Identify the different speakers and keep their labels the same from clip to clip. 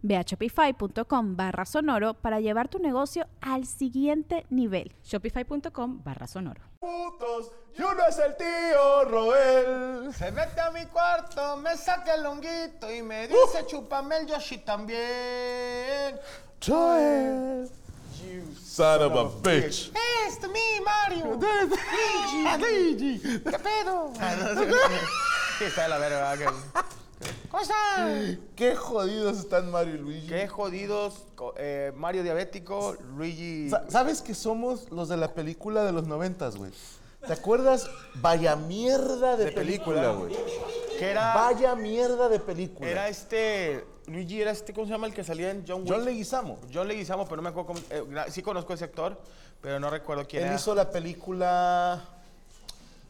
Speaker 1: Ve a shopify.com barra sonoro para llevar tu negocio al siguiente nivel.
Speaker 2: Shopify.com barra sonoro.
Speaker 3: putos y uno es el tío Roel.
Speaker 4: Se mete a mi cuarto, me saca el honguito y me
Speaker 5: Uh.
Speaker 4: dice chúpame el Yoshi también.
Speaker 3: Joel.
Speaker 4: You
Speaker 3: Son of a bitch.
Speaker 4: It's me, Mario. Luigi. Luigi. ¿Qué pedo?
Speaker 5: Ah, Sí, está de la verga. ¿verdad?
Speaker 4: ¿Cómo están?
Speaker 3: Qué jodidos están Mario y Luigi.
Speaker 5: Qué jodidos. co- eh, Mario diabético, Luigi.
Speaker 3: Sa- ¿Sabes que somos los de la película de los noventas, güey? ¿Te acuerdas? Vaya mierda de, película, güey.
Speaker 5: Que era.
Speaker 3: Vaya mierda de película.
Speaker 5: Era este. Luigi era este, ¿cómo se llama? El que salía en John Wick.
Speaker 3: John Leguizamo.
Speaker 5: John Leguizamo, pero no me acuerdo cómo. eh, gra- sí conozco a ese actor, pero no recuerdo quién
Speaker 3: Él
Speaker 5: era.
Speaker 3: hizo la película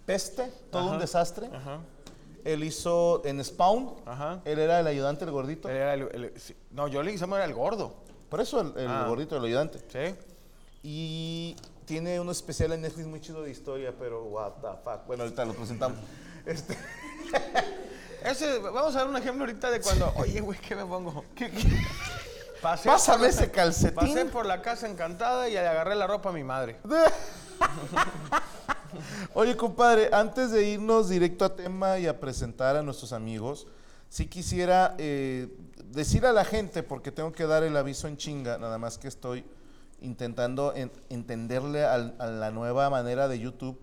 Speaker 3: Peste, todo un
Speaker 5: Ajá.
Speaker 3: desastre.
Speaker 5: Ajá.
Speaker 3: Él hizo en Spawn.
Speaker 5: Ajá.
Speaker 3: Él era el ayudante, el gordito.
Speaker 5: Él era el- el- sí. No, John Leguizamo era el gordo.
Speaker 3: Por eso el, el
Speaker 5: Ah.
Speaker 3: gordito, el ayudante.
Speaker 5: ¿Sí?
Speaker 3: Y tiene uno especial en Netflix muy chido de historia, pero what the fuck. Bueno, ahorita lo presentamos. Este,
Speaker 5: Ese, vamos a dar un ejemplo ahorita de cuando. Oye, güey, ¿qué me pongo? Pasé
Speaker 3: Pásame
Speaker 5: por la-
Speaker 3: ese calcetín.
Speaker 5: Pasé por la casa encantada y le agarré la ropa a mi madre.
Speaker 3: Oye, compadre, antes de irnos directo a tema y a presentar a nuestros amigos, sí quisiera eh, decir a la gente, porque tengo que dar el aviso en chinga, nada más que estoy intentando en- entenderle al- a la nueva manera de YouTube.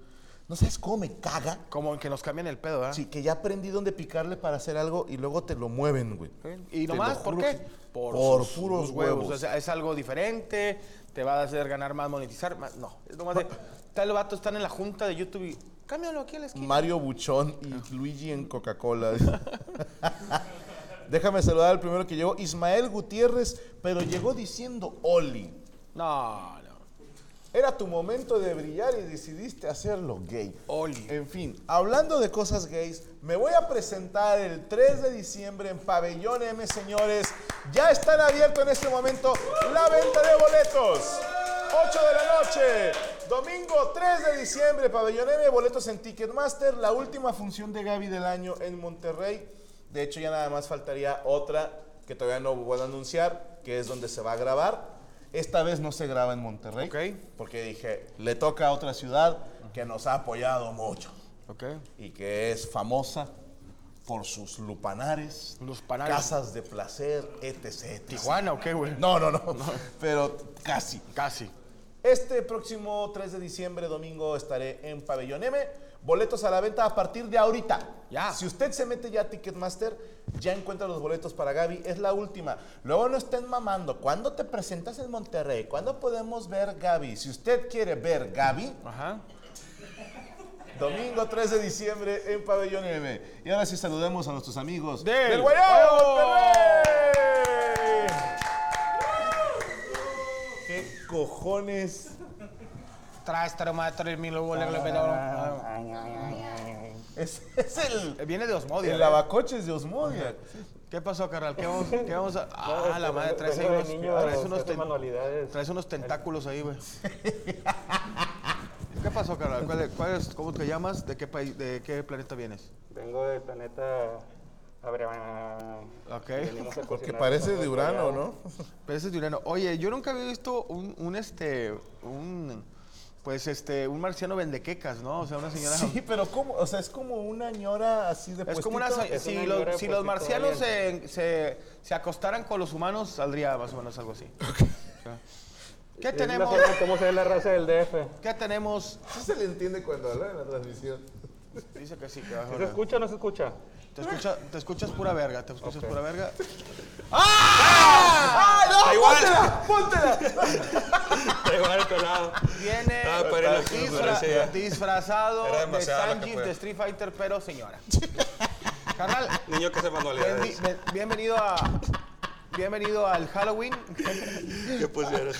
Speaker 3: ¿No sabes cómo me caga?
Speaker 5: Como que nos cambian el pedo, ¿verdad?
Speaker 3: Sí, que ya aprendí dónde picarle para hacer algo y luego te lo mueven, güey.
Speaker 5: Y
Speaker 3: Te
Speaker 5: nomás,
Speaker 3: lo
Speaker 5: ¿por
Speaker 3: juro
Speaker 5: qué?
Speaker 3: que- Por, puros,
Speaker 5: sus- sus
Speaker 3: huevos.
Speaker 5: O sea, es algo diferente, te va a hacer ganar más, monetizar más. No, es nomás de. Tal vato están en la junta de YouTube y. Cámbialo aquí a la esquina.
Speaker 3: Mario Buchón y Luigi en Coca-Cola. Déjame saludar al primero que llegó, Ismael Gutiérrez, pero llegó diciendo Oli.
Speaker 5: No, no.
Speaker 3: Era tu momento de brillar y decidiste hacerlo gay.
Speaker 5: Oli.
Speaker 3: En fin, hablando de cosas gays, me voy a presentar el 3 de diciembre en Pabellón M, señores. Ya están abiertos en este momento la venta de boletos. 8 de la noche, domingo 3 de diciembre, Pabellón M, boletos en Ticketmaster, la última función de Gaby del año en Monterrey. De hecho, ya nada más faltaría otra que todavía no voy a anunciar, que es donde se va a grabar. Esta vez no se graba en Monterrey,
Speaker 5: Ok.
Speaker 3: porque dije, le toca a otra ciudad que nos ha apoyado mucho
Speaker 5: Ok.
Speaker 3: y que es famosa por sus lupanares,
Speaker 5: Los panares.
Speaker 3: casas de placer, etc. etc.
Speaker 5: ¿Tijuana o qué, güey?
Speaker 3: No, no, no, pero casi.
Speaker 5: Casi.
Speaker 3: Este próximo 3 de diciembre, domingo, estaré en Pabellón M. Boletos a la venta a partir de ahorita.
Speaker 5: Ya.
Speaker 3: Si usted se mete ya a Ticketmaster, ya encuentra los boletos para Gaby. Es la última. Luego no estén mamando. ¿Cuándo te presentas en Monterrey? ¿Cuándo podemos ver Gaby? Si usted quiere ver Gaby,
Speaker 5: Ajá.
Speaker 3: Domingo 3 de diciembre en Pabellón M. Y ahora sí saludemos a nuestros amigos
Speaker 5: Del
Speaker 3: Guayabo
Speaker 5: Guayabo.
Speaker 3: Monterrey. ¿Qué cojones?
Speaker 5: Traes trauma, traes mi lobo, le- le- le- le-
Speaker 3: Es, es el,
Speaker 5: le- Viene de Osmodia.
Speaker 3: el
Speaker 5: ¿eh?
Speaker 3: lavacoches de Osmodia.
Speaker 5: ¿Qué pasó, carnal? ¿Qué vamos, qué vamos a.? Ah, la madre, traes ahí
Speaker 6: Vengo de
Speaker 5: unos.
Speaker 6: niño,
Speaker 5: Traes
Speaker 6: pues,
Speaker 5: unos,
Speaker 6: hace
Speaker 5: ten-
Speaker 6: manualidades.
Speaker 5: traes unos tentáculos ahí, güey. ¿Qué pasó, carnal? ¿Cuál, es- cuál es, ¿Cómo te llamas? ¿De qué, país, ¿De qué planeta vienes?
Speaker 6: Vengo del planeta Abra.
Speaker 5: Ok.
Speaker 6: Venimos a
Speaker 3: Porque
Speaker 6: cocinar
Speaker 3: parece
Speaker 6: con
Speaker 3: de
Speaker 6: los
Speaker 3: Urano,
Speaker 6: guayabos.
Speaker 3: ¿no?
Speaker 5: Pero Pues ese es de Urano. Oye, yo nunca había visto un, un, este. Un. Pues este. Un marciano vendequecas, ¿no? O sea, una señora.
Speaker 3: Sí, pero como, o sea, es como una ñora así de
Speaker 5: Es como una.
Speaker 3: puestito.
Speaker 5: se-
Speaker 6: es
Speaker 5: Si,
Speaker 6: una
Speaker 5: los,
Speaker 6: señora
Speaker 5: si
Speaker 6: de
Speaker 5: los
Speaker 6: puestito
Speaker 5: marcianos se, se, se acostaran con los humanos, saldría más o menos algo así. ¿Qué
Speaker 6: Es la
Speaker 5: tenemos?
Speaker 6: forma en cómo se ve la raza del DF.
Speaker 5: ¿Qué tenemos?
Speaker 3: Sí se le entiende cuando habla en la transmisión.
Speaker 5: Dice que sí, que vas a
Speaker 6: ¿Se
Speaker 5: hablar.
Speaker 6: escucha o no se escucha?
Speaker 5: Te, escucha- te escuchas pura verga, te escuchas pura verga.
Speaker 3: ¡Ah! ¡No! ¡Póntela! ¡Póntela!
Speaker 7: Igual pelado.
Speaker 5: Viene
Speaker 7: Ah, pero era- pero
Speaker 5: disfra-
Speaker 7: ese ya.
Speaker 5: disfrazado
Speaker 7: Era
Speaker 5: de
Speaker 7: demasiada la
Speaker 5: Sanjif
Speaker 7: capoeira.
Speaker 5: de Street Fighter, pero señora. Carnal,
Speaker 7: Niño que hace
Speaker 5: bendi-
Speaker 7: manualidades.
Speaker 5: ben- bienvenido a... Bienvenido al Halloween.
Speaker 7: ¿Qué pusieron?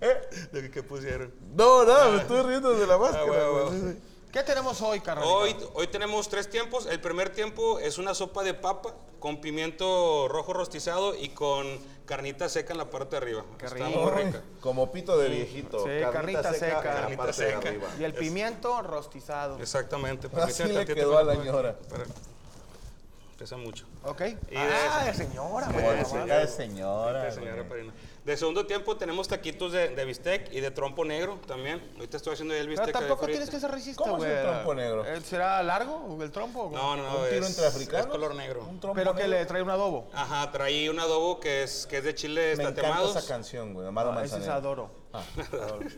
Speaker 3: ¿Eh?
Speaker 7: Lo que- ¿Qué pusieron?
Speaker 3: No, no, me estoy riendo de la máscara.
Speaker 7: huevo.
Speaker 3: güey.
Speaker 5: ¿Qué tenemos hoy, carnal?
Speaker 7: Hoy, hoy tenemos tres tiempos. El primer tiempo es una sopa de papa con pimiento rojo rostizado y con carnita seca en la parte de arriba. Está
Speaker 5: rico.
Speaker 7: muy rica.
Speaker 3: Como pito de viejito.
Speaker 5: Sí, carnita seca.
Speaker 3: en la
Speaker 7: Carnita
Speaker 3: parte de
Speaker 7: seca. Pues
Speaker 3: arriba.
Speaker 5: Y el pimiento rostizado.
Speaker 7: Exactamente.
Speaker 3: Así
Speaker 7: permíteme
Speaker 3: le
Speaker 7: tantito,
Speaker 3: quedó a la
Speaker 7: espera,
Speaker 3: señora.
Speaker 7: espera. Pesa mucho.
Speaker 5: ¿Ok?
Speaker 7: Y
Speaker 5: ah, de señora,
Speaker 3: Como
Speaker 5: güey.
Speaker 3: de seca de señora.
Speaker 7: Ahorita, señora Parina. De segundo tiempo tenemos taquitos de, de bistec y de trompo negro también. Ahorita estoy haciendo ya el bistec.
Speaker 5: Pero
Speaker 7: acá
Speaker 3: Ah,
Speaker 5: tampoco
Speaker 7: frito.
Speaker 5: tienes que ser racista,
Speaker 3: ¿Cómo es
Speaker 5: güey.
Speaker 3: el trompo negro?
Speaker 5: Eh, ¿Será largo o el trompo? güey?
Speaker 7: No, no, no.
Speaker 3: ¿Un tiro
Speaker 7: es,
Speaker 3: entre africanos?
Speaker 7: es color negro.
Speaker 3: Un trompo
Speaker 5: Pero que
Speaker 3: negro.
Speaker 5: le trae un adobo.
Speaker 7: Ajá, traí un adobo que es, que es de chile
Speaker 3: Me encanta
Speaker 7: estatemados.
Speaker 3: esa canción, güey. Amaro
Speaker 5: Ah, Ese es
Speaker 3: Manzanero.
Speaker 5: adoro.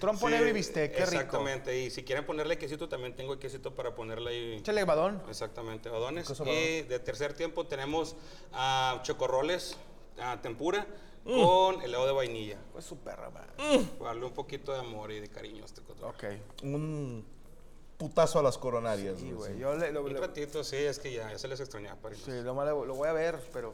Speaker 5: Trompo negro y bistec, qué rico.
Speaker 7: Exactamente. Y si quieren ponerle quesito, también tengo el quesito para ponerle ahí.
Speaker 5: Échale badón.
Speaker 7: Exactamente, odones.
Speaker 3: Cosa
Speaker 7: Y de tercer tiempo tenemos ah, chocorroles, ah, tempura,
Speaker 3: Mm.
Speaker 7: con helado de vainilla.
Speaker 5: Pues su perra, man.
Speaker 7: Para darle un poquito de amor y de cariño a este cotorreo.
Speaker 5: Ok.
Speaker 3: Un putazo a las coronarias,
Speaker 5: Sí,
Speaker 3: güey.
Speaker 5: güey.
Speaker 3: sí.
Speaker 5: Yo le, lo,
Speaker 7: Un
Speaker 5: le-
Speaker 7: ratito, sí, es que ya, ya se les extrañaba. parinos.
Speaker 5: sí, lo, malo- lo voy a ver, pero.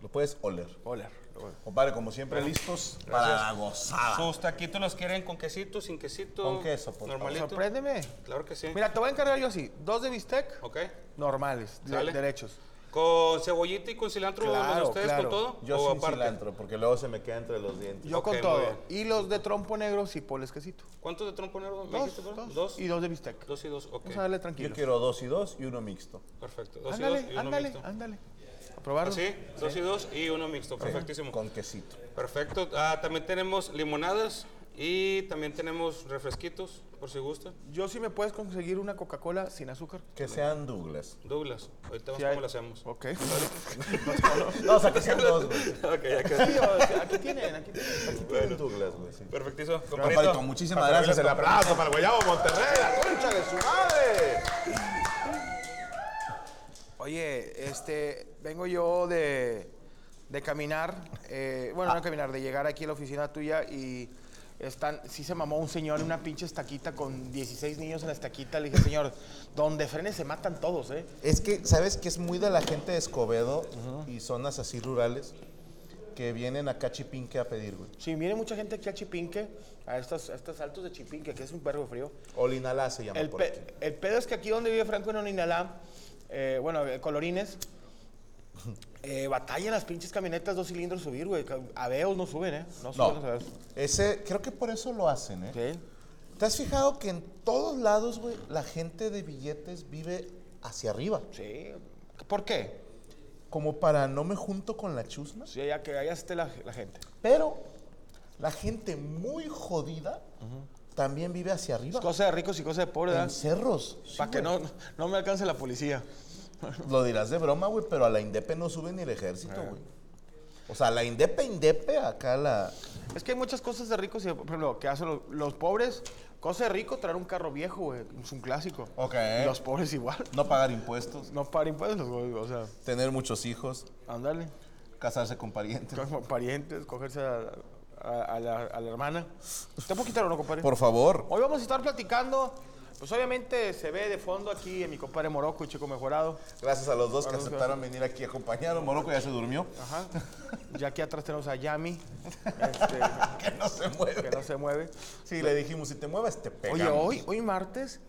Speaker 3: Lo puedes oler.
Speaker 5: Oler. lo voy a-
Speaker 3: Compadre, como siempre, listos para la gozada.
Speaker 7: Ah, Sus taquitos los quieren con quesito, sin quesito.
Speaker 3: Ah. Con queso, por favor.
Speaker 7: Normalito.
Speaker 5: Sorpréndeme.
Speaker 7: Claro que sí.
Speaker 5: Mira, te voy a encargar yo así: dos de bistec
Speaker 7: Ok.
Speaker 5: normales, de-
Speaker 7: Sale.
Speaker 5: derechos.
Speaker 7: Con cebollita y con cilantro, ¿los de
Speaker 5: Claro,
Speaker 7: ustedes
Speaker 5: claro.
Speaker 7: con todo?
Speaker 3: Yo
Speaker 7: ¿O
Speaker 3: sin
Speaker 7: aparte?
Speaker 3: cilantro, porque luego se me queda entre los dientes.
Speaker 5: Yo
Speaker 7: Ok,
Speaker 5: con
Speaker 7: muy
Speaker 5: todo. Y los de trompo negro, si pones quesito.
Speaker 7: ¿Cuántos de trompo negro? me
Speaker 5: Dos,
Speaker 7: dijiste, perdón?
Speaker 5: dos,
Speaker 7: dos.
Speaker 5: Y dos de bistec.
Speaker 7: Dos y dos, ok.
Speaker 5: Vamos a darle
Speaker 3: Yo
Speaker 5: tranquilo.
Speaker 3: quiero dos y dos y uno mixto.
Speaker 7: Perfecto. Dos y dos y
Speaker 5: ándale,
Speaker 7: uno
Speaker 5: ándale, Ah,
Speaker 7: mixto.
Speaker 5: ándale. A probarlo.
Speaker 7: Así, dos y dos y uno mixto. Perfectísimo.
Speaker 3: Con quesito.
Speaker 7: Perfecto. Ah, también tenemos limonadas y también tenemos refresquitos, por si gusta.
Speaker 5: Yo sí me puedes conseguir una Coca-Cola sin azúcar.
Speaker 3: Que sean Douglas.
Speaker 7: Douglas, ahorita vemos
Speaker 5: hay.
Speaker 7: cómo lo hacemos.
Speaker 5: Ok.
Speaker 3: No, o sea, que sean dos, güey.
Speaker 7: Ok, ya quedó.
Speaker 5: Sí, o- aquí tienen, aquí tienen.
Speaker 3: Aquí tienen Douglas, güey. sí.
Speaker 7: Perfectísimo.
Speaker 3: Compadrito,
Speaker 7: Compadrito.
Speaker 3: muchísimas gracias. El aplauso para el Guayabo Monterrey, la concha de su madre.
Speaker 5: Oye, este, vengo yo de, de caminar, eh, bueno, no caminar, de llegar aquí a la oficina tuya y están, sí se mamó un señor en una pinche estaquita con 16 niños en la estaquita. Le dije, señor, donde frenes se matan todos, ¿eh?
Speaker 3: Es que, ¿sabes que es muy de la gente de Escobedo y zonas así rurales que vienen a Cachipinque a pedir, güey?
Speaker 5: Sí, viene mucha gente aquí a Chipinque, a estos, a estos altos de Chipinque, que es un perro frío.
Speaker 3: Olinalá se llama
Speaker 5: El,
Speaker 3: por
Speaker 5: pe-
Speaker 3: aquí.
Speaker 5: el pedo es que aquí donde vive Franco en Oninalá, eh, bueno, eh, Colorines, eh, batallan las pinches camionetas dos cilindros subir, güey. Ca- Aveos no suben, ¿eh? No suben
Speaker 3: No,
Speaker 5: los aveos.
Speaker 3: ese, creo que por eso lo hacen, ¿eh?
Speaker 5: Sí.
Speaker 3: ¿Te has fijado que en todos lados, güey, la gente de billetes vive hacia arriba?
Speaker 5: Sí. ¿Por qué?
Speaker 3: Como para no me junto con la chusma.
Speaker 5: Sí, ya que allá esté la, la gente.
Speaker 3: Pero la gente muy jodida también vive hacia arriba.
Speaker 5: Cosa de ricos y cosa de pobres,
Speaker 3: En
Speaker 5: ¿verdad?
Speaker 3: cerros.
Speaker 5: Para que no, no me alcance la policía.
Speaker 3: Lo dirás de broma, güey, pero a la Indepe no sube ni el ejército,
Speaker 5: Eh.
Speaker 3: güey. O sea, la Indepe, Indepe, acá la...
Speaker 5: Es que hay muchas cosas de ricos y, de- por ejemplo, que hacen los, los pobres. Cosa de rico, traer un carro viejo, güey. Es un clásico.
Speaker 3: Ok.
Speaker 5: Los pobres igual.
Speaker 3: No pagar impuestos,
Speaker 5: No para impuestos, güey. O sea,
Speaker 3: tener muchos hijos,
Speaker 5: ándale.
Speaker 3: casarse con parientes.
Speaker 5: Como parientes, cogerse a, a- a la, a la hermana. Está un poquito, ¿no, compadre?
Speaker 3: Por favor.
Speaker 5: Hoy vamos a estar platicando. Pues obviamente se ve de fondo aquí a mi compadre Morocco y Chico Mejorado.
Speaker 3: Gracias a los dos que aceptaron venir aquí a acompañarnos. Morocco ya se durmió.
Speaker 5: Ajá. Ya aquí atrás tenemos a Yami. este,
Speaker 3: Que no se
Speaker 5: que
Speaker 3: mueve.
Speaker 5: no se mueve.
Speaker 3: Sí, le dijimos, si te mueves, te pegamos.
Speaker 5: Oye, hoy, hoy martes,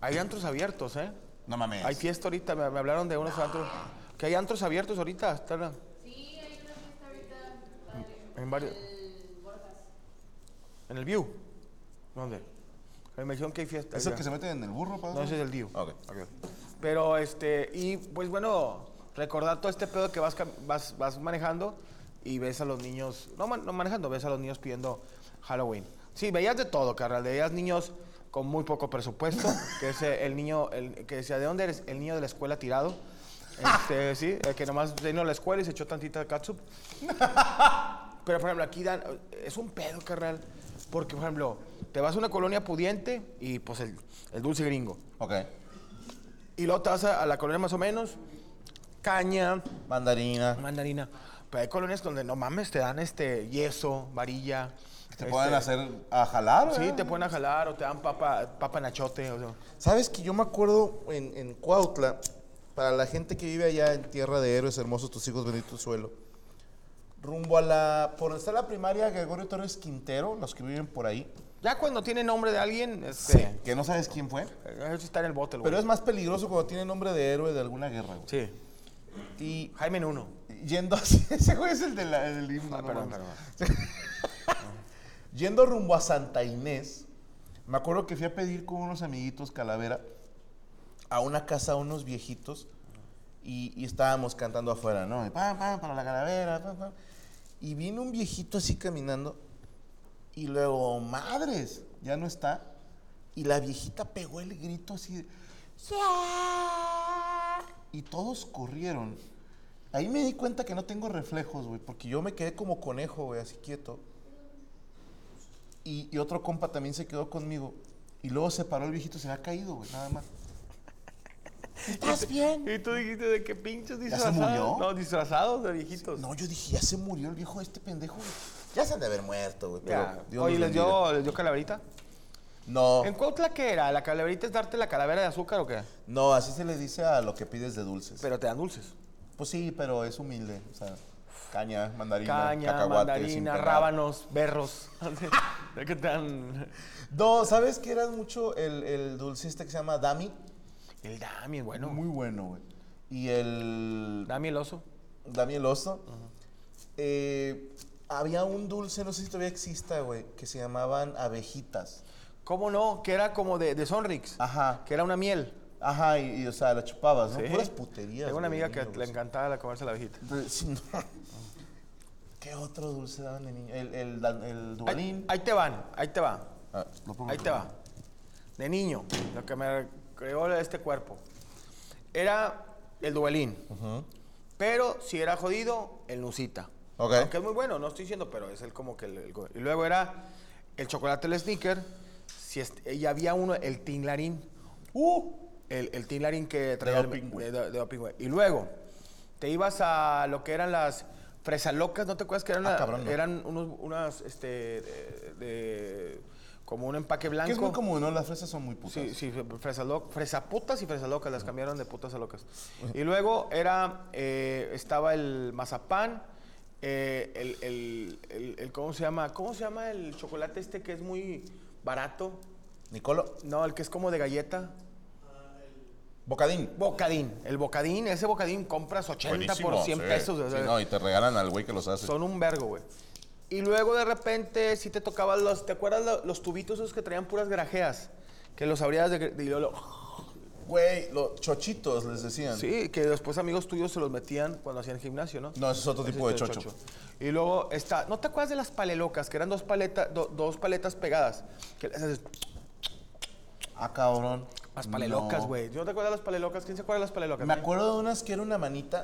Speaker 5: hay antros abiertos, ¿eh?
Speaker 3: No mames.
Speaker 5: Hay fiesta ahorita, me, me hablaron de unos antros. Que hay antros abiertos ahorita. Está la- En varios. ¿En el View? ¿Dónde? Me dijeron que hay fiesta.
Speaker 3: ¿Es el
Speaker 5: ya.
Speaker 3: que se meten en el burro, padre?
Speaker 5: No, ese es el Dio.
Speaker 3: Ok.
Speaker 5: Pero, este, y pues bueno, recordar todo este pedo que vas, cam- vas, vas manejando y ves a los niños, no, man- no manejando, ves a los niños pidiendo Halloween. Sí, veías de todo, carnal. Veías niños con muy poco presupuesto, que es eh, el niño, el, que decía, ¿de dónde eres? El niño de la escuela tirado. Este, sí, el que nomás vino a la escuela y se echó tantita catsup. Pero, por ejemplo, aquí dan, es un pedo, carnal. Porque, por ejemplo, te vas a una colonia pudiente y, pues, el, el dulce gringo.
Speaker 3: Ok.
Speaker 5: Y luego te vas a, a la colonia más o menos, caña,
Speaker 3: Mandarina.
Speaker 5: mandarina. Pero hay colonias donde, no mames, te dan este yeso, varilla.
Speaker 3: Te
Speaker 5: este,
Speaker 3: pueden hacer a jalar.
Speaker 5: Sí,
Speaker 3: ¿verdad?
Speaker 5: te pueden jalar o te dan papa, papa nachote. O sea.
Speaker 3: Sabes que yo me acuerdo en, en Cuautla, para la gente que vive allá en Tierra de Héroes Hermosos, tus hijos, bendito tu suelo, rumbo a la. Por donde está la primaria Gregorio Torres Quintero, los que viven por ahí.
Speaker 5: Ya cuando tiene nombre de alguien, este,
Speaker 3: Que no sabes quién fue.
Speaker 5: eh, está en el bote, el güey.
Speaker 3: Pero es más peligroso cuando tiene nombre de héroe de alguna guerra, güey.
Speaker 5: Sí.
Speaker 3: Y
Speaker 5: Jaime en uno.
Speaker 3: yendo así, ese güey es el de la- del himno.
Speaker 5: Ah,
Speaker 3: no
Speaker 5: perdón,
Speaker 3: mames.
Speaker 5: perdón.
Speaker 3: Yendo rumbo a Santa Inés, me acuerdo que fui a pedir con unos amiguitos calavera a una casa a unos viejitos y, y estábamos cantando afuera, ¿no? Y pam, pam, para la calavera, pam, pam. Y vino un viejito así caminando y luego, madres, ya no está. Y la viejita pegó el grito así de, "¡Ya!". Y todos corrieron. Ahí me di cuenta que no tengo reflejos, güey, porque yo me quedé como conejo, güey, así quieto y, y otro compa también se quedó conmigo. Y luego se paró el viejito, se había caído, güey, nada más. ¿Estás bien?
Speaker 5: ¿Y tú dijiste de qué pinches
Speaker 3: se murió?
Speaker 5: No, disfrazados de viejitos.
Speaker 3: No, yo dije, ya se murió el viejo este pendejo, güey. Ya se han de haber muerto, güey. Pero
Speaker 5: Ya.
Speaker 3: Dios
Speaker 5: Oye,
Speaker 3: los
Speaker 5: ¿les
Speaker 3: bendiga.
Speaker 5: dio, ¿les dio calaverita?
Speaker 3: No,
Speaker 5: ¿En Cuautla qué era? ¿La calaverita es darte la calavera de azúcar o qué?
Speaker 3: no, así se le dice a lo que pides de dulces.
Speaker 5: Pero te dan dulces.
Speaker 3: pues sí, pero es humilde. O sea, caña, mandarina,
Speaker 5: Caña,
Speaker 3: cacahuate, sin
Speaker 5: mandarina,
Speaker 3: pelar.
Speaker 5: rábanos, berros. ¿De qué te dan?
Speaker 3: No, ¿sabes qué era mucho el, el dulcista que se llama Dami?
Speaker 5: El dami, bueno.
Speaker 3: Muy bueno, güey. Y el...
Speaker 5: Dami el oso.
Speaker 3: Dami el Oso. Eh, había un dulce, no sé si todavía exista, güey, que se llamaban abejitas.
Speaker 5: ¿Cómo no? Que era como de, de Sonrix.
Speaker 3: Ajá.
Speaker 5: Que era una miel.
Speaker 3: Ajá, y, y, o sea, la chupabas, ¿no?
Speaker 5: Sí.
Speaker 3: Puras puterías.
Speaker 5: Tengo una
Speaker 3: güey,
Speaker 5: amiga
Speaker 3: de
Speaker 5: que
Speaker 3: niño,
Speaker 5: le
Speaker 3: güey.
Speaker 5: encantaba la comerse la abejita.
Speaker 3: De- sí, no. ¿Qué otro dulce daban de niño? El, el, dan- el dubalín.
Speaker 5: Ahí, ahí te van, ahí te va,
Speaker 3: Ah, lo pongo
Speaker 5: ahí
Speaker 3: aquí.
Speaker 5: te va. De niño, lo que me creó este cuerpo. Era el duelín. Pero si era jodido, el nusita.
Speaker 3: Ok.
Speaker 5: Aunque es muy bueno, no estoy diciendo, pero es el como que el, el go- Y luego era el chocolate, el sneaker. Si es- eh, y había uno, el tinglarín. ¡Uh! El, el tinglarín que traía el-
Speaker 3: Doping, güey.
Speaker 5: de, de doping, güey. Y luego te ibas a lo que eran las fresas locas, ¿no te acuerdas que eran,
Speaker 3: Ah,
Speaker 5: una-
Speaker 3: cabrón, no.
Speaker 5: eran unos, unas, este, de, de- como un empaque blanco?
Speaker 3: Que es muy común, ¿no? Las fresas son muy putas.
Speaker 5: Sí, sí, fresa, loc- fresa putas y fresa locas, las cambiaron de putas a locas. Y luego era, eh, estaba el mazapán, eh, el, el- el- el- ¿cómo se llama? ¿Cómo se llama el chocolate este que es muy barato?
Speaker 3: Nicolo,
Speaker 5: No, el que es como de galleta.
Speaker 3: bocadín.
Speaker 5: Bocadín, el bocadín, ese bocadín compras 80 por 100
Speaker 3: sí.
Speaker 5: pesos. o
Speaker 3: Sí,
Speaker 5: sea,
Speaker 3: no, y te regalan al güey que los hace.
Speaker 5: Son un vergo, güey. Y luego de repente si te tocaban los, ¿te acuerdas lo- los tubitos esos que traían puras grajeas? Que los abrías de, de- y luego lo-
Speaker 3: Güey, los chochitos les decían.
Speaker 5: Sí, que después amigos tuyos se los metían cuando hacían gimnasio, ¿no?
Speaker 3: No, ese es otro tipo de
Speaker 5: Ese
Speaker 3: chocho.
Speaker 5: Y luego está, ¿no te acuerdas de las palelocas? Que eran dos paletas, dos paletas pegadas. Que las haces-
Speaker 3: Ah, cabrón.
Speaker 5: las palelocas,
Speaker 3: No.
Speaker 5: güey. ¿No te acuerdas de las palelocas? ¿Quién se acuerda de las palelocas?
Speaker 3: Me acuerdo de unas que era una manita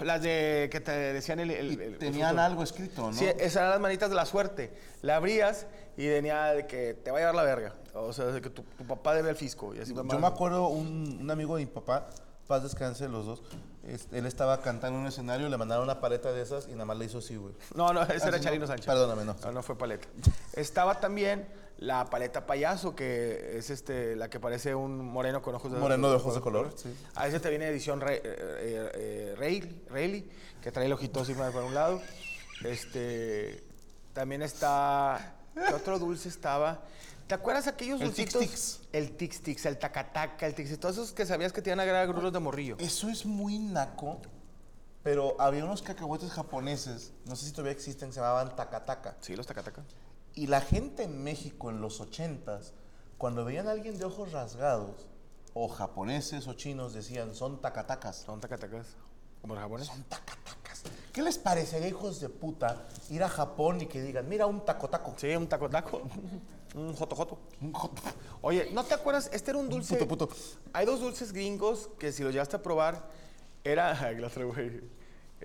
Speaker 5: Las de que te decían el... el-
Speaker 3: y
Speaker 5: el-
Speaker 3: tenían
Speaker 5: el-
Speaker 3: algo escrito, ¿no?
Speaker 5: Sí, esas eran las manitas de la suerte. La abrías y venía de que te va a llevar la verga. O sea, de que tu, tu papá debe al fisco. Y así,
Speaker 3: Yo me acuerdo un, un amigo de mi papá, paz descanse los dos, es- él estaba cantando en un escenario, le mandaron una paleta de esas y nada más le hizo así, güey.
Speaker 5: No, no,
Speaker 3: Ah,
Speaker 5: ese era
Speaker 3: sí,
Speaker 5: Charino
Speaker 3: no.
Speaker 5: Sánchez.
Speaker 3: Perdóname, no.
Speaker 5: No, no fue paleta. Estaba también la paleta payaso, que es este, la que parece un moreno con ojos de
Speaker 3: Moreno de ojos de color, sí.
Speaker 5: A veces te viene edición Re- eh, eh, eh, Reilly, Reilly, que trae el ojito así para un lado. Este, también está. ¿Qué otro dulce estaba? ¿Te acuerdas aquellos
Speaker 3: El
Speaker 5: dulcitos?
Speaker 3: Tic-Tics.
Speaker 5: El tic tic, el tacataca, el tic todos esos que sabías que te iban a agarrar grulos de morrillo.
Speaker 3: Eso es muy naco, pero había unos cacahuetes japoneses, no sé si todavía existen, se llamaban takataka.
Speaker 5: Sí, los tacataca.
Speaker 3: Y la gente en México en los 80s, cuando veían a alguien de ojos rasgados, o japoneses o chinos, decían, son takatakas.
Speaker 5: Son tacatacas. Como los japoneses.
Speaker 3: Tacatacas. ¿Qué les parecería, hijos de puta, ir a Japón y que digan, mira un tacotaco?
Speaker 5: Sí, un taco taco. Un joto joto.
Speaker 3: Un hot-
Speaker 5: Oye, ¿no te acuerdas? Este era un dulce.
Speaker 3: puto, puto.
Speaker 5: Hay dos dulces gringos que si los llegaste a probar, era. Ay, la otra, güey.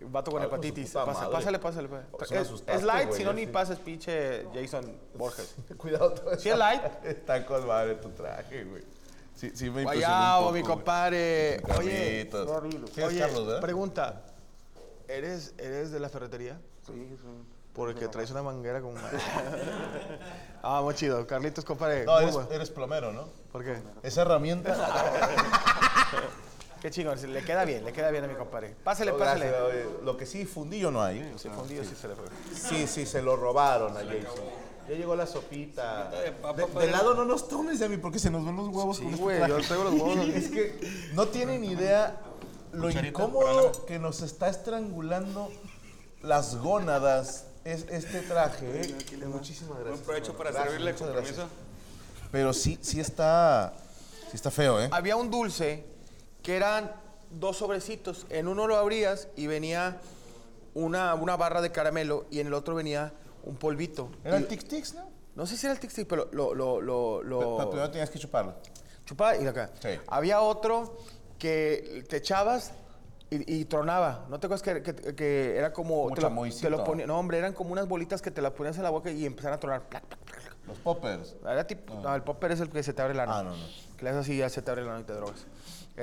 Speaker 5: Vato con
Speaker 3: Ah,
Speaker 5: hepatitis.
Speaker 3: su puta
Speaker 5: Pasa-
Speaker 3: madre.
Speaker 5: pásale, pásale. pásale.
Speaker 3: Oh, se me asustaste,
Speaker 5: Es, es light,
Speaker 3: güey,
Speaker 5: si no
Speaker 3: yo
Speaker 5: ni
Speaker 3: sí.
Speaker 5: pasas, pinche Jason Borges.
Speaker 3: Cuidado todo
Speaker 5: ¿Sí
Speaker 3: esa-
Speaker 5: es light?
Speaker 3: Está con madre tu traje, güey. Sí, sí me impresionó pues, un
Speaker 5: Guayabo,
Speaker 3: poco,
Speaker 5: mi
Speaker 3: güey.
Speaker 5: compadre.
Speaker 3: Tus
Speaker 5: Oye,
Speaker 3: carnitas. Sí, es
Speaker 5: oye
Speaker 3: Carlos, ¿verdad?
Speaker 5: pregunta. ¿Eres, ¿Eres de la ferretería? Sí, Porque traes una manguera como... ah, muy chido. Carlitos, compadre.
Speaker 3: No,
Speaker 5: muy
Speaker 3: eres,
Speaker 5: bueno.
Speaker 3: eres plomero, ¿no?
Speaker 5: ¿Por qué?
Speaker 3: Esa herramienta...
Speaker 5: Qué chingón. se- Le queda bien, le queda bien a mi compadre. Pásale,
Speaker 3: No,
Speaker 5: pásale.
Speaker 3: gracias, oye, Lo que sí, fundillo no hay. ¿eh? o sea,
Speaker 5: Fundido,
Speaker 3: sí.
Speaker 5: sí se le fue.
Speaker 3: Sí, sí, se lo robaron a Jason. Ya llegó la sopita.
Speaker 7: de papa,
Speaker 3: De,
Speaker 7: padre.
Speaker 3: de lado no nos tomes, a mí, porque se nos ven los huevos con
Speaker 5: Sí,
Speaker 3: este
Speaker 5: güey,
Speaker 3: traje.
Speaker 5: yo traigo los huevos.
Speaker 3: Es que no tienen idea lo incómodo que nos está estrangulando las gónadas es este traje. ¿eh? Muchísimas gracias.
Speaker 7: Buen provecho para
Speaker 3: Gracias,
Speaker 7: servirle
Speaker 3: muchas
Speaker 7: con permiso.
Speaker 3: gracias. Pero sí, sí está, sí está feo, ¿eh?
Speaker 5: Había un dulce que eran dos sobrecitos. En uno lo abrías y venía una, una barra de caramelo y en el otro venía un polvito.
Speaker 3: Eran
Speaker 5: Y-
Speaker 3: tic-tics, ¿no?
Speaker 5: No sé si era el Tic Tic, pero lo, lo, lo, lo-
Speaker 3: Pero primero tenías que chuparlo.
Speaker 5: chupaba y lo acá.
Speaker 3: Sí.
Speaker 5: Había otro que te echabas y, y tronaba. ¿No te acuerdas que, que- que era como...
Speaker 3: Como
Speaker 5: te lo-
Speaker 3: chamoycito.
Speaker 5: te lo ponía- no, hombre, eran como unas bolitas que te las ponías en la boca y empezaron a tronar. Plac, plac, plac.
Speaker 3: Los poppers.
Speaker 5: Era tipo- no, el popper es el que se te abre la ano.
Speaker 3: Ah, no, no.
Speaker 5: Que le haces así ya se te abre la ano y te drogas.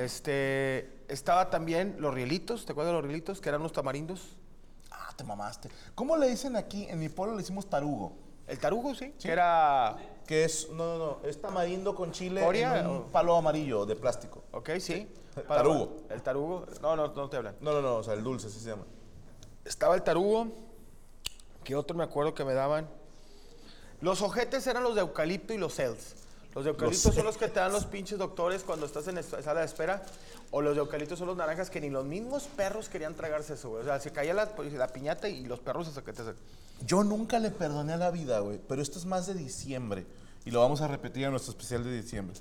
Speaker 5: Este, estaba también los rielitos, ¿te acuerdas de los rielitos? Que eran unos tamarindos.
Speaker 3: Ah, te mamaste. ¿Cómo le dicen aquí? En mi pueblo le decimos tarugo.
Speaker 5: El tarugo, sí. Que era,
Speaker 3: Que es, no, no, no, es tamarindo con chile
Speaker 5: ¿Coria
Speaker 3: en un
Speaker 5: o?
Speaker 3: palo amarillo de plástico.
Speaker 5: ok, sí.
Speaker 3: El tarugo.
Speaker 5: El tarugo. No, no, no te hablan.
Speaker 3: No, no, no, o sea, el dulce, así se llama.
Speaker 5: Estaba el tarugo, que otro me acuerdo que me daban. Los ojetes eran los de eucalipto y los cells. Los de eucalipto son los que te dan los pinches doctores cuando estás en esta- sala de espera. O los de eucalipto son los naranjas que ni los mismos perros querían tragarse eso, güey. O sea, se caía la, la piñata y los perros hasta que te
Speaker 3: Yo nunca le perdoné a la vida, güey. Pero esto es más de diciembre. Y lo vamos a repetir en nuestro especial de diciembre.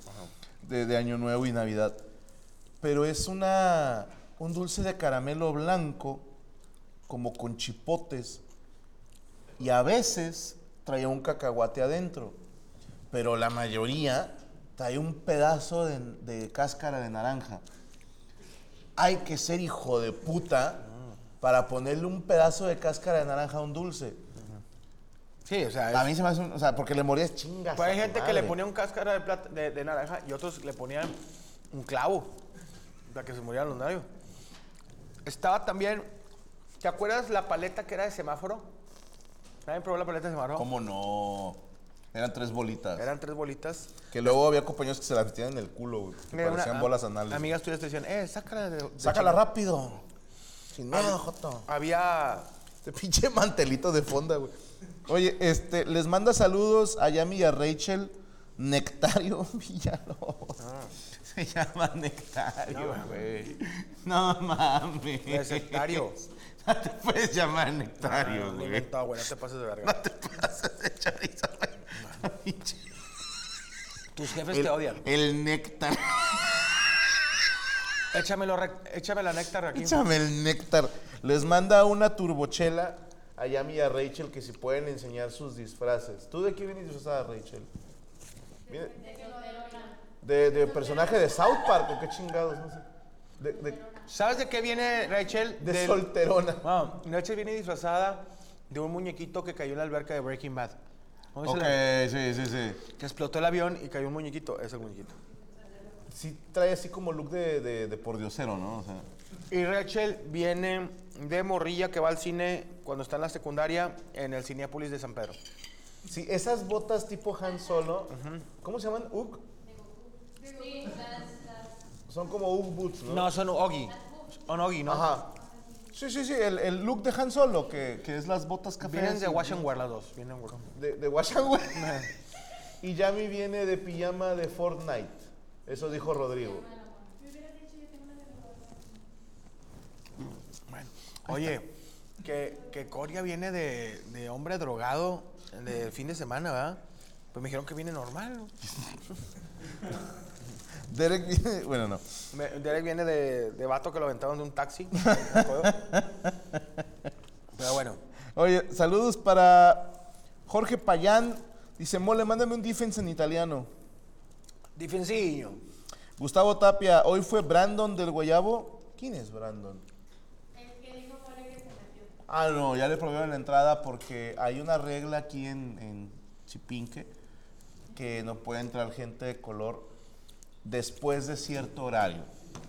Speaker 3: De, de Año Nuevo y Navidad. Pero es una, un dulce de caramelo blanco, como con chipotes. Y a veces traía un cacahuate adentro. Pero la mayoría trae un pedazo de, de cáscara de naranja. Hay que ser hijo de puta para ponerle un pedazo de cáscara de naranja a un dulce.
Speaker 5: Sí, o sea,
Speaker 3: A mí se me hace un, O sea, porque le morías chingas.
Speaker 5: Pues
Speaker 3: a
Speaker 5: hay
Speaker 3: tu
Speaker 5: gente que le
Speaker 3: madre.
Speaker 5: ponía un cáscara de, plata- de, de naranja y otros le ponían un clavo para que se murieran los nervios. Estaba también, ¿te acuerdas la paleta que era de semáforo? ¿Nadie probó la paleta de semáforo?
Speaker 3: ¿Cómo no? Eran tres bolitas.
Speaker 5: Eran tres bolitas.
Speaker 3: Que luego había compañeros que se las metían en el culo, güey. Que
Speaker 5: Mira,
Speaker 3: parecían
Speaker 5: una-
Speaker 3: bolas anales.
Speaker 5: Amigas tuyas te decían, eh, sácala de... de
Speaker 3: Sácala
Speaker 5: chinga".
Speaker 3: rápido. Sin nada, Joto.
Speaker 5: Había...
Speaker 3: Este pinche mantelito de fonda, güey. Oye, este, les manda saludos a Yami y a Rachel. Nectario Villalobos. Se llama Nectario, güey. No, mames.
Speaker 5: Es sectario.
Speaker 3: No te puedes llamar Nectario,
Speaker 5: Ni
Speaker 3: güey.
Speaker 5: inventado, güey, no te pases de
Speaker 3: No
Speaker 5: verga.
Speaker 3: te pases de chorizo, güey. Pinche-
Speaker 5: Tus jefes
Speaker 3: El,
Speaker 5: te odian.
Speaker 3: el néctar.
Speaker 5: Échamelo, rec- échame la néctar aquí.
Speaker 3: Échame el néctar. Les manda una turbochela a Yami y a Rachel que si pueden enseñar sus disfraces. ¿Tú de qué vienes disfrazada, Rachel? Viene- De, de personaje de South Park o qué chingados, no sé. De, de-
Speaker 5: ¿Sabes de qué viene, Rachel?
Speaker 3: de
Speaker 5: Del-
Speaker 3: solterona.
Speaker 5: Wow, Rachel viene disfrazada de un muñequito que cayó en la alberca de Breaking Bad. ¿Cómo se
Speaker 3: Ok,
Speaker 5: llama?
Speaker 3: sí, sí, sí.
Speaker 5: Que explotó el avión y cayó un muñequito. Es el muñequito.
Speaker 3: Sí trae así como look de, de, de pordiosero, ¿no? O sea,
Speaker 5: Y Rachel viene de morrilla que va al cine cuando está en la secundaria en el Cineápolis de San Pedro.
Speaker 3: sí, esas botas tipo Han Solo, ¿cómo se llaman? Ugg. Son como Ugg boots, ¿no?
Speaker 5: No, son Ogi. Son Ogi, ¿no?
Speaker 3: Ajá. Sí, sí, sí, el, el look de Han Solo, que, que es las botas café.
Speaker 5: Vienen de Wash and Wear las dos. Vienen güey.
Speaker 3: De, de Wash and Wear. y Yami viene de pijama de Fortnite. Eso dijo Rodrigo.
Speaker 5: Oye, que, que Coria viene de, de hombre drogado de fin de semana, ¿verdad? Pues me dijeron que viene normal. ¿no?
Speaker 3: Derek viene... Bueno, no.
Speaker 5: Me- Derek viene de, de vato que lo aventaron de un taxi. me acuerdo. Pero bueno,
Speaker 3: Oye, saludos para Jorge Payán. Dice, mole, mándame un defense en italiano.
Speaker 5: Difensillo.
Speaker 3: Gustavo Tapia, hoy fue Brandon del Guayabo. ¿Quién es Brandon?
Speaker 8: El que dijo Jorge
Speaker 3: Ah, no, ya le prohibieron la entrada porque hay una regla aquí en, en Chipinque que no puede entrar gente de color después de cierto horario.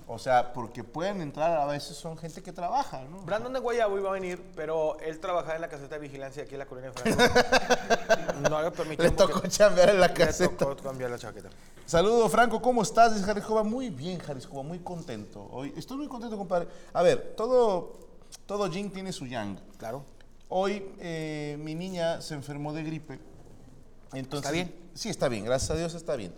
Speaker 3: O sea, porque pueden entrar, a veces son gente que trabaja, ¿no?
Speaker 5: Brandon de Guayabo iba a venir, pero él trabajaba en la caseta de vigilancia aquí en la colonia de Franco. No le
Speaker 3: Le
Speaker 5: permitieron.
Speaker 3: tocó
Speaker 5: porque-
Speaker 3: chambear en la
Speaker 5: Le
Speaker 3: caseta.
Speaker 5: tocó cambiar la chaqueta.
Speaker 3: Saludos, Franco, ¿cómo estás? Dice Jaliscoba. Muy bien, Jaliscoba, muy contento. Hoy estoy muy contento, compadre. A ver, todo, todo yin tiene su yang.
Speaker 5: Claro.
Speaker 3: Hoy eh, mi niña se enfermó de gripe. Entonces,
Speaker 5: ¿Está bien?
Speaker 3: Sí, está bien, gracias a Dios está bien.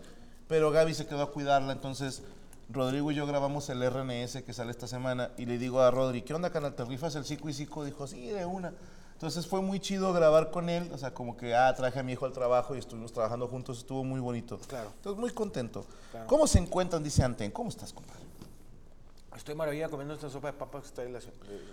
Speaker 3: Pero Gaby se quedó a cuidarla, entonces Rodrigo y yo grabamos el RNS que sale esta semana y le digo a Rodri, ¿qué onda, canal? ¿Te rifas el cico y cico? Dijo, sí, de una. Entonces fue muy chido grabar con él, o sea, como que, ah, traje a mi hijo al trabajo y estuvimos trabajando juntos, estuvo muy bonito.
Speaker 5: Claro.
Speaker 3: Entonces, muy contento. ¿Cómo se encuentran? Dice Anten, ¿cómo estás, compadre?
Speaker 5: Estoy maravilla comiendo esta sopa de papas que está ahí. La... de-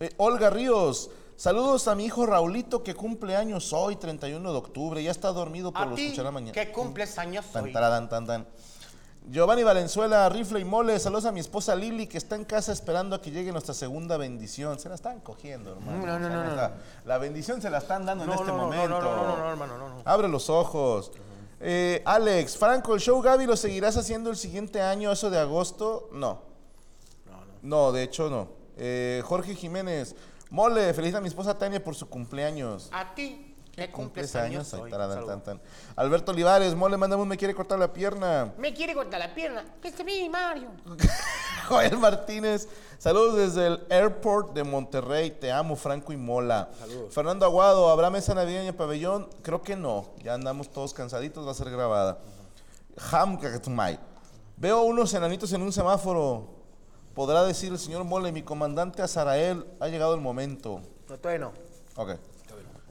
Speaker 3: Eh, Olga Ríos, saludos a mi hijo Raulito que cumple años hoy, 31 de octubre. Ya está dormido, pero
Speaker 5: A
Speaker 3: lo
Speaker 5: ti,
Speaker 3: escuchará mañana.
Speaker 5: que cumples años
Speaker 3: Tan,
Speaker 5: hoy.
Speaker 3: tararán, tan, tan. Giovanni Valenzuela, rifle y mole. Saludos a mi esposa Lili que está en casa esperando a que llegue nuestra segunda bendición. Se la están cogiendo, hermano.
Speaker 5: No, no,
Speaker 3: O sea,
Speaker 5: no, no,
Speaker 3: la- La bendición se la están dando en
Speaker 5: No,
Speaker 3: este
Speaker 5: no, no, no,
Speaker 3: momento.
Speaker 5: no, no, no, no, hermano, no, no.
Speaker 3: Abre los ojos. Eh, Alex, Franco, el show Gaby lo seguirás haciendo el siguiente año, eso de agosto. No. No, de hecho no. Eh, Jorge Jiménez, mole, felicita a mi esposa Tania por su cumpleaños.
Speaker 5: A ti, que
Speaker 3: Cumples años. Ay, tarada, tan, tan. Alberto Olivares, mole, mándame un me quiere cortar la pierna.
Speaker 8: Me quiere cortar la pierna. Que se mire Mario.
Speaker 3: Joel Martínez, saludos desde el airport de Monterrey. Te amo, Franco y Mola. Fernando Aguado, ¿habrá mesa navideña en pabellón? Creo que no. Ya andamos todos cansaditos, va a ser grabada. Ham Cactumay, Veo unos enanitos en un semáforo. Podrá decir el señor Mole, mi comandante Azarael, ha llegado el momento.
Speaker 5: No, todavía no.
Speaker 3: Ok.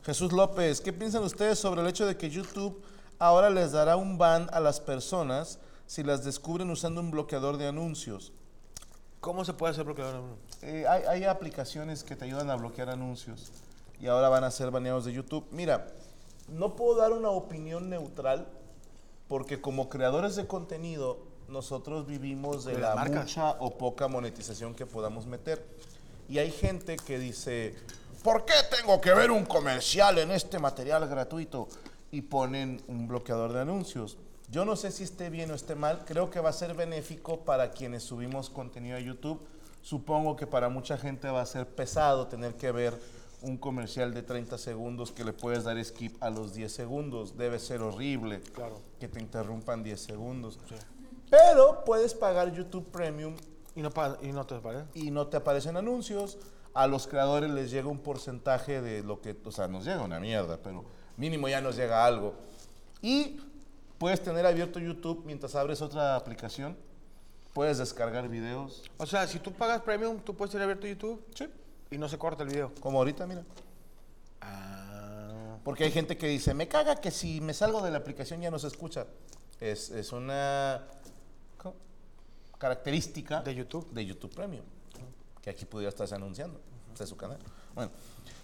Speaker 3: Jesús López, ¿qué piensan ustedes sobre el hecho de que YouTube ahora les dará un ban a las personas si las descubren usando un bloqueador de anuncios?
Speaker 5: ¿Cómo se puede hacer bloqueador?
Speaker 3: Eh, hay, hay aplicaciones que te ayudan a bloquear anuncios y ahora van a ser baneados de YouTube. Mira, no puedo dar una opinión neutral porque como creadores de contenido nosotros vivimos de,
Speaker 5: De
Speaker 3: la
Speaker 5: las marcas.
Speaker 3: mucha o poca monetización que podamos meter. Y hay gente que dice, ¿por qué tengo que ver un comercial en este material gratuito? Y ponen un bloqueador de anuncios. Yo no sé si esté bien o esté mal, creo que va a ser benéfico para quienes subimos contenido a YouTube. Supongo que para mucha gente va a ser pesado tener que ver un comercial de 30 segundos que le puedes dar skip a los 10 segundos. Debe ser horrible que te interrumpan 10 segundos. Pero puedes pagar YouTube Premium
Speaker 5: Y no, paga- y no te pagan.
Speaker 3: y no te aparecen anuncios. A los creadores les llega un porcentaje de lo que, o sea, nos llega una mierda, pero mínimo ya nos llega algo. Y puedes tener abierto YouTube mientras abres otra aplicación. Puedes descargar videos.
Speaker 5: O sea, si tú pagas premium, tú puedes ir abierto a YouTube. Sí. Y no se corta el video.
Speaker 3: Como ahorita, mira.
Speaker 5: Ah.
Speaker 3: Porque hay gente que dice, me caga que si me salgo de la aplicación ya no se escucha. Es, es una ¿cómo? característica
Speaker 5: De YouTube.
Speaker 3: de YouTube Premium, que aquí pudiera estarse anunciando. Este es su canal. Bueno,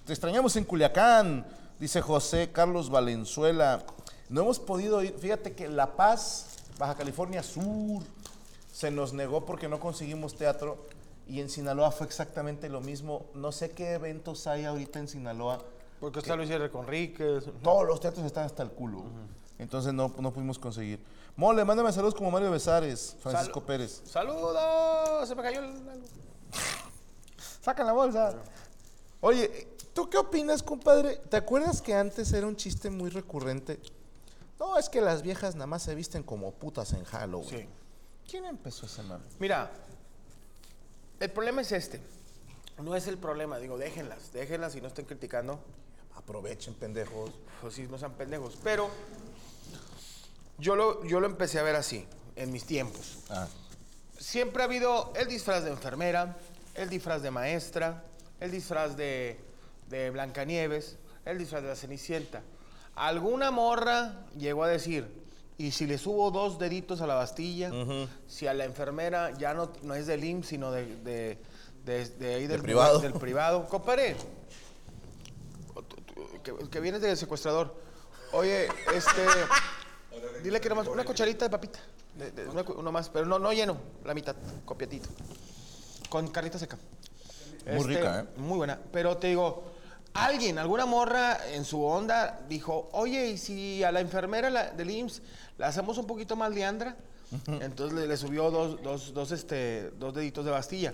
Speaker 3: te extrañamos en Culiacán, dice José Carlos Valenzuela. No hemos podido ir, fíjate que La Paz, Baja California Sur, se nos negó porque no conseguimos teatro. Y en Sinaloa fue exactamente lo mismo. No sé qué eventos hay ahorita en Sinaloa.
Speaker 5: Porque está Luis R. Conríquez.
Speaker 3: Todos los teatros están hasta el culo. Entonces no, no pudimos conseguir. Mole, mándame saludos como Mario Besares, Francisco
Speaker 5: Sal-
Speaker 3: Pérez.
Speaker 5: ¡Saludos! Se me cayó el... algo.
Speaker 3: Sacan la bolsa. Oye, ¿tú qué opinas, compadre? ¿Te acuerdas que antes era un chiste muy recurrente? No, es que las viejas nada más se visten como putas en Halloween.
Speaker 5: Sí.
Speaker 3: ¿Quién empezó ese mame?
Speaker 5: Mira, el problema es este. No es el problema, digo, déjenlas, déjenlas y no estén criticando.
Speaker 3: Aprovechen, pendejos.
Speaker 5: Pues sí, no sean pendejos. Pero yo lo, yo lo empecé a ver así, en mis tiempos.
Speaker 3: Ah,
Speaker 5: Siempre ha habido el disfraz de enfermera, el disfraz de maestra, el disfraz de, de Blancanieves, el disfraz de la Cenicienta. Alguna morra llegó a decir, y si le subo dos deditos a la Bastilla, si a la enfermera ya no, no es del IMSS, sino de, de, de- de ahí del,
Speaker 3: privado.
Speaker 5: del privado. Compadre, que, que vienes de secuestrador. Oye, este... Dile que nomás una cucharita de papita. De- de- una cu- uno más, pero no, no lleno, la mitad, copiatito. Con carnita seca.
Speaker 3: Muy rica, ¿eh?
Speaker 5: Este, Muy buena. Pero te digo, alguien, alguna morra en su onda dijo, oye, ¿y si a la enfermera la- del IMSS la hacemos un poquito más liandra? Entonces le, le subió dos, dos, dos, este, dos deditos de Bastilla.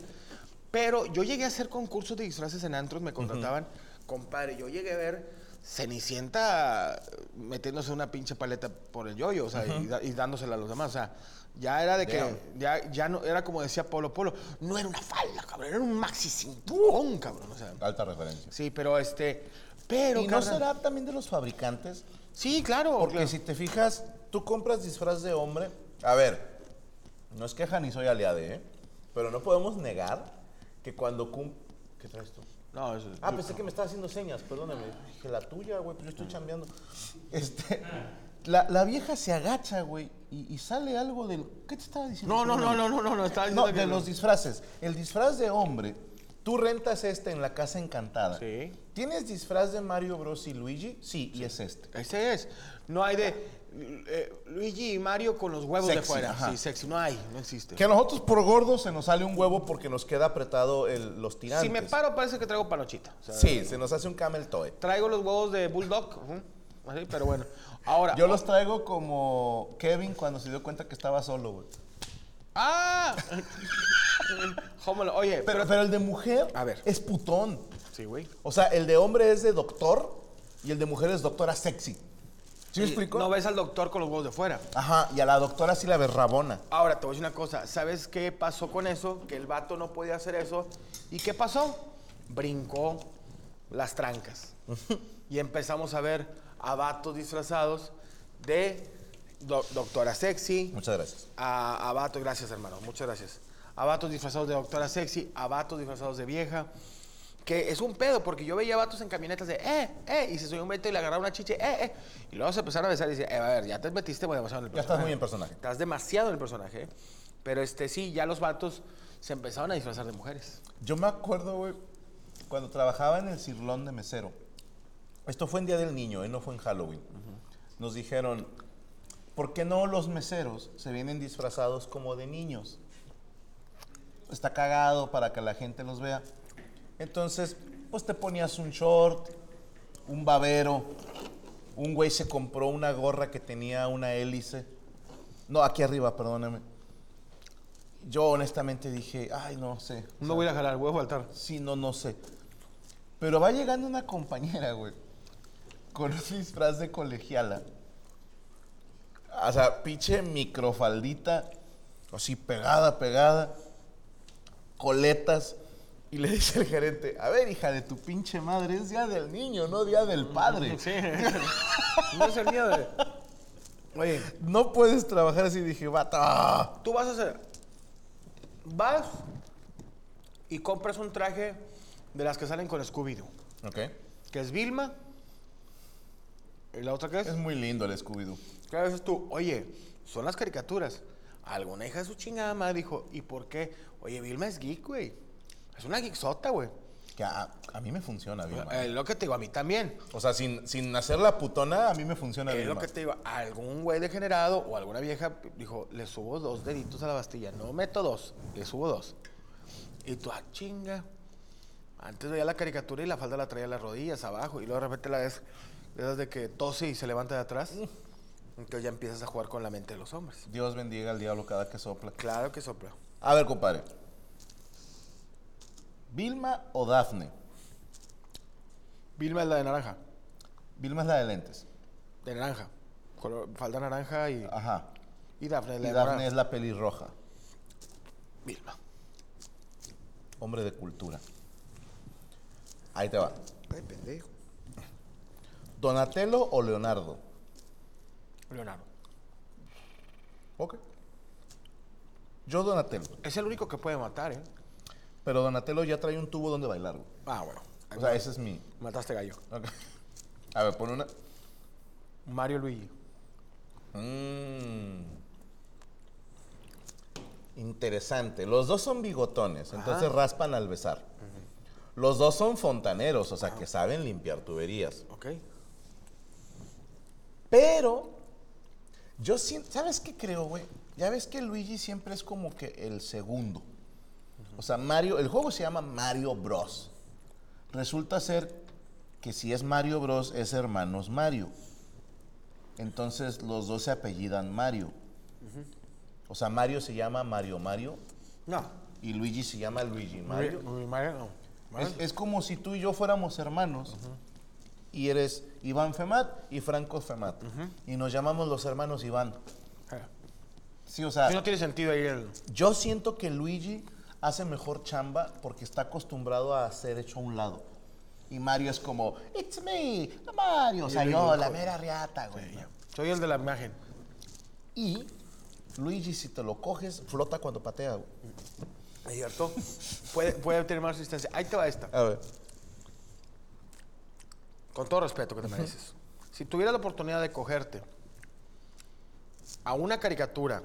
Speaker 5: Pero yo llegué a hacer concursos de disfraces en antros, me contrataban. Compadre, yo llegué a ver Cenicienta metiéndose una pinche paleta por el yoyo, o sea, y da- y, dándosela a los demás. O sea, ya era de que, ya, ya no, era como decía Polo Polo, no era una falda, cabrón, era un maxi cinturón, cabrón. O sea,
Speaker 3: Alta referencia.
Speaker 5: Sí, pero este. Pero.
Speaker 3: ¿Y no
Speaker 5: carnal-
Speaker 3: será también de los fabricantes?
Speaker 5: Sí, claro.
Speaker 3: Porque
Speaker 5: claro.
Speaker 3: si te fijas, tú compras disfraz de hombre. A ver, no es queja ni soy aliade, ¿eh? Pero no podemos negar que cuando cum... ¿Qué traes tú?
Speaker 5: No, eso-
Speaker 3: Ah, pensé que me estaba haciendo señas, perdóname. Dije, la tuya, güey, pero yo estoy chambeando. Este, la, la vieja se agacha, güey, y, y sale algo del... ¿Qué te estaba diciendo?
Speaker 5: no, no, no,
Speaker 3: Perdóname.
Speaker 5: no, no, no, no, estaba
Speaker 3: No,
Speaker 5: diciendo que
Speaker 3: de los disfraces. El disfraz de hombre, tú rentas este en la Casa Encantada.
Speaker 5: Sí.
Speaker 3: ¿Tienes disfraz de Mario Bros y Luigi? Sí, y es este.
Speaker 5: Ese es. No hay de eh, Luigi y Mario con los huevos de
Speaker 3: Sexy,
Speaker 5: fuera.
Speaker 3: ajá.
Speaker 5: Sí, sexy. No hay, no existe.
Speaker 3: Que a nosotros por gordos se nos sale un huevo porque nos queda apretado el- los tirantes.
Speaker 5: Si me paro, parece que traigo panochita. O sea,
Speaker 3: Sí, se nos hace un camel toe.
Speaker 5: Traigo los huevos de Bulldog. ujú, así, pero bueno. Ahora.
Speaker 3: Yo los traigo como Kevin cuando se dio cuenta que estaba solo, güey.
Speaker 5: ¡Ah! Jómalo. Oye,
Speaker 3: Pero, pero el de mujer
Speaker 5: A ver.
Speaker 3: es putón.
Speaker 5: Sí, güey.
Speaker 3: O sea, el de hombre es de doctor y el de mujer es doctora sexy. ¿Sí me
Speaker 5: Y
Speaker 3: explico?
Speaker 5: No ves al doctor con los huevos de fuera.
Speaker 3: Ajá, y a la doctora sí la ves rabona.
Speaker 5: Ahora, te voy a decir una cosa. ¿Sabes qué pasó con eso? Que el vato no podía hacer eso. ¿Y qué pasó? Brincó las trancas. y empezamos a ver a vatos disfrazados de do- doctora sexy.
Speaker 3: Muchas gracias.
Speaker 5: A, a vatos, gracias hermano, muchas gracias. A vatos disfrazados de doctora sexy, a vatos disfrazados de vieja. Que es un pedo, porque yo veía vatos en camionetas de, eh, eh, y se subió un veto y le agarraba una chiche, eh, eh. Y luego se empezaron a besar y dice, eh, a ver, ya te metiste muy demasiado en el
Speaker 3: Ya
Speaker 5: personaje.
Speaker 3: estás muy en personaje.
Speaker 5: Estás demasiado en el personaje. ¿eh? Pero este sí, ya los vatos se empezaron a disfrazar de mujeres.
Speaker 3: Yo me acuerdo, güey, cuando trabajaba en el cirlón de mesero. Esto fue en Día del Niño, ¿eh? no fue en Halloween. Nos dijeron, ¿por qué no los meseros se vienen disfrazados como de niños? Está cagado para que la gente los vea. Entonces, pues te ponías un short, un babero. Un güey se compró una gorra que tenía una hélice. No, aquí arriba, perdóname. Yo honestamente dije, ay, no sé. O
Speaker 5: No voy a jalar, voy a faltar.
Speaker 3: Sí, no, no sé. Pero va llegando una compañera, güey. Con un disfraz de colegiala. O sea, pinche microfaldita. Así pegada, pegada. Coletas. Y le dice el gerente, a ver, hija de tu pinche madre, es día del niño, no día del padre.
Speaker 5: Sí. no es el miedo de... Oye,
Speaker 3: No puedes trabajar así. Dije, bata.
Speaker 5: Tú vas a hacer. Vas y compras un traje de las que salen con Scooby-Doo.
Speaker 3: Ok.
Speaker 5: Que es Vilma. ¿Y la otra qué es?
Speaker 3: Es muy lindo el Scooby-Doo.
Speaker 5: Claro, dices tú, oye, son las caricaturas. Alguna hija de su chingada madre dijo, ¿y por qué? Oye, Vilma es geek, güey. Es una geeksota, güey.
Speaker 3: Que a, a mí me funciona, Vilma.
Speaker 5: Eh, lo que te digo, a mí también.
Speaker 3: O sea, sin, sin hacer la putona, a mí me funciona,
Speaker 5: Es
Speaker 3: Vilma.
Speaker 5: lo que te digo, algún güey degenerado o alguna vieja dijo, le subo dos deditos a la Bastilla. No meto dos, le subo dos. Y tú, ah, chinga. Antes veía la caricatura y la falda la traía a las rodillas, abajo. Y luego de repente la ves, de esas de que tose y se levanta de atrás. Entonces ya empiezas a jugar con la mente de los hombres.
Speaker 3: Dios bendiga al diablo cada que sopla.
Speaker 5: Claro que sopla.
Speaker 3: A ver, compadre. ¿Vilma o Dafne?
Speaker 5: Vilma es la de naranja.
Speaker 3: Vilma es la de lentes.
Speaker 5: De naranja. Color- falda naranja y,
Speaker 3: Ajá.
Speaker 5: y Dafne
Speaker 3: Ah.
Speaker 5: es
Speaker 3: Y
Speaker 5: la de
Speaker 3: Dafne
Speaker 5: morada.
Speaker 3: es la pelirroja.
Speaker 5: Vilma.
Speaker 3: Hombre de cultura. Ahí te va.
Speaker 5: Ay, pendejo.
Speaker 3: ¿Donatello o Leonardo?
Speaker 5: Leonardo.
Speaker 3: Ok. Yo Donatello.
Speaker 5: Es el único que puede matar, ¿eh?
Speaker 3: Pero Donatello ya trae un tubo donde bailar. güey.
Speaker 5: Ah, bueno.
Speaker 3: O sea, ese es mi...
Speaker 5: Mataste gallo.
Speaker 3: ok. A ver, pon una...
Speaker 5: Mario Luigi.
Speaker 3: Mm. Interesante. Los dos son bigotones, entonces raspan al besar. Los dos son fontaneros, o sea, que saben limpiar tuberías.
Speaker 5: Ok.
Speaker 3: Pero, yo siento, ¿sabes qué creo, güey? Ya ves que Luigi siempre es como que el segundo. O sea, Mario, el juego se llama Mario Bros. Resulta ser que si es Mario Bros, es hermanos Mario. Entonces los dos se apellidan Mario. O sea, Mario se llama Mario Mario
Speaker 5: No.
Speaker 3: y Luigi se llama Luigi Mario.
Speaker 5: Mario. Mario no. Mario.
Speaker 3: Es, es como si tú y yo fuéramos hermanos. Y eres Iván Femat y Franco Femat. Y nos llamamos los hermanos Iván.
Speaker 5: Ah.
Speaker 3: Sí, o sea,
Speaker 5: Sí, no tiene sentido ahí el.
Speaker 3: yo siento que Luigi hace mejor chamba porque está acostumbrado a ser hecho a un lado. Y Mario es como, it's me, Mario. O sea, yo, la mera riata, güey.
Speaker 5: Soy el de la imagen.
Speaker 3: Y Luigi, si te lo coges, flota cuando patea. güey.
Speaker 5: ¿Es cierto? puede, puede tener más resistencia. Ahí te va esta.
Speaker 3: A ver.
Speaker 5: Con todo respeto que te mereces. Si tuvieras la oportunidad de cogerte a una caricatura,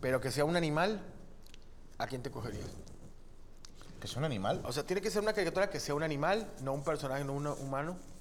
Speaker 5: pero que sea un animal, ¿a quién te cogerías?
Speaker 3: Que es un animal.
Speaker 5: O sea, tiene que ser una caricatura que sea un animal, no un personaje, no un humano.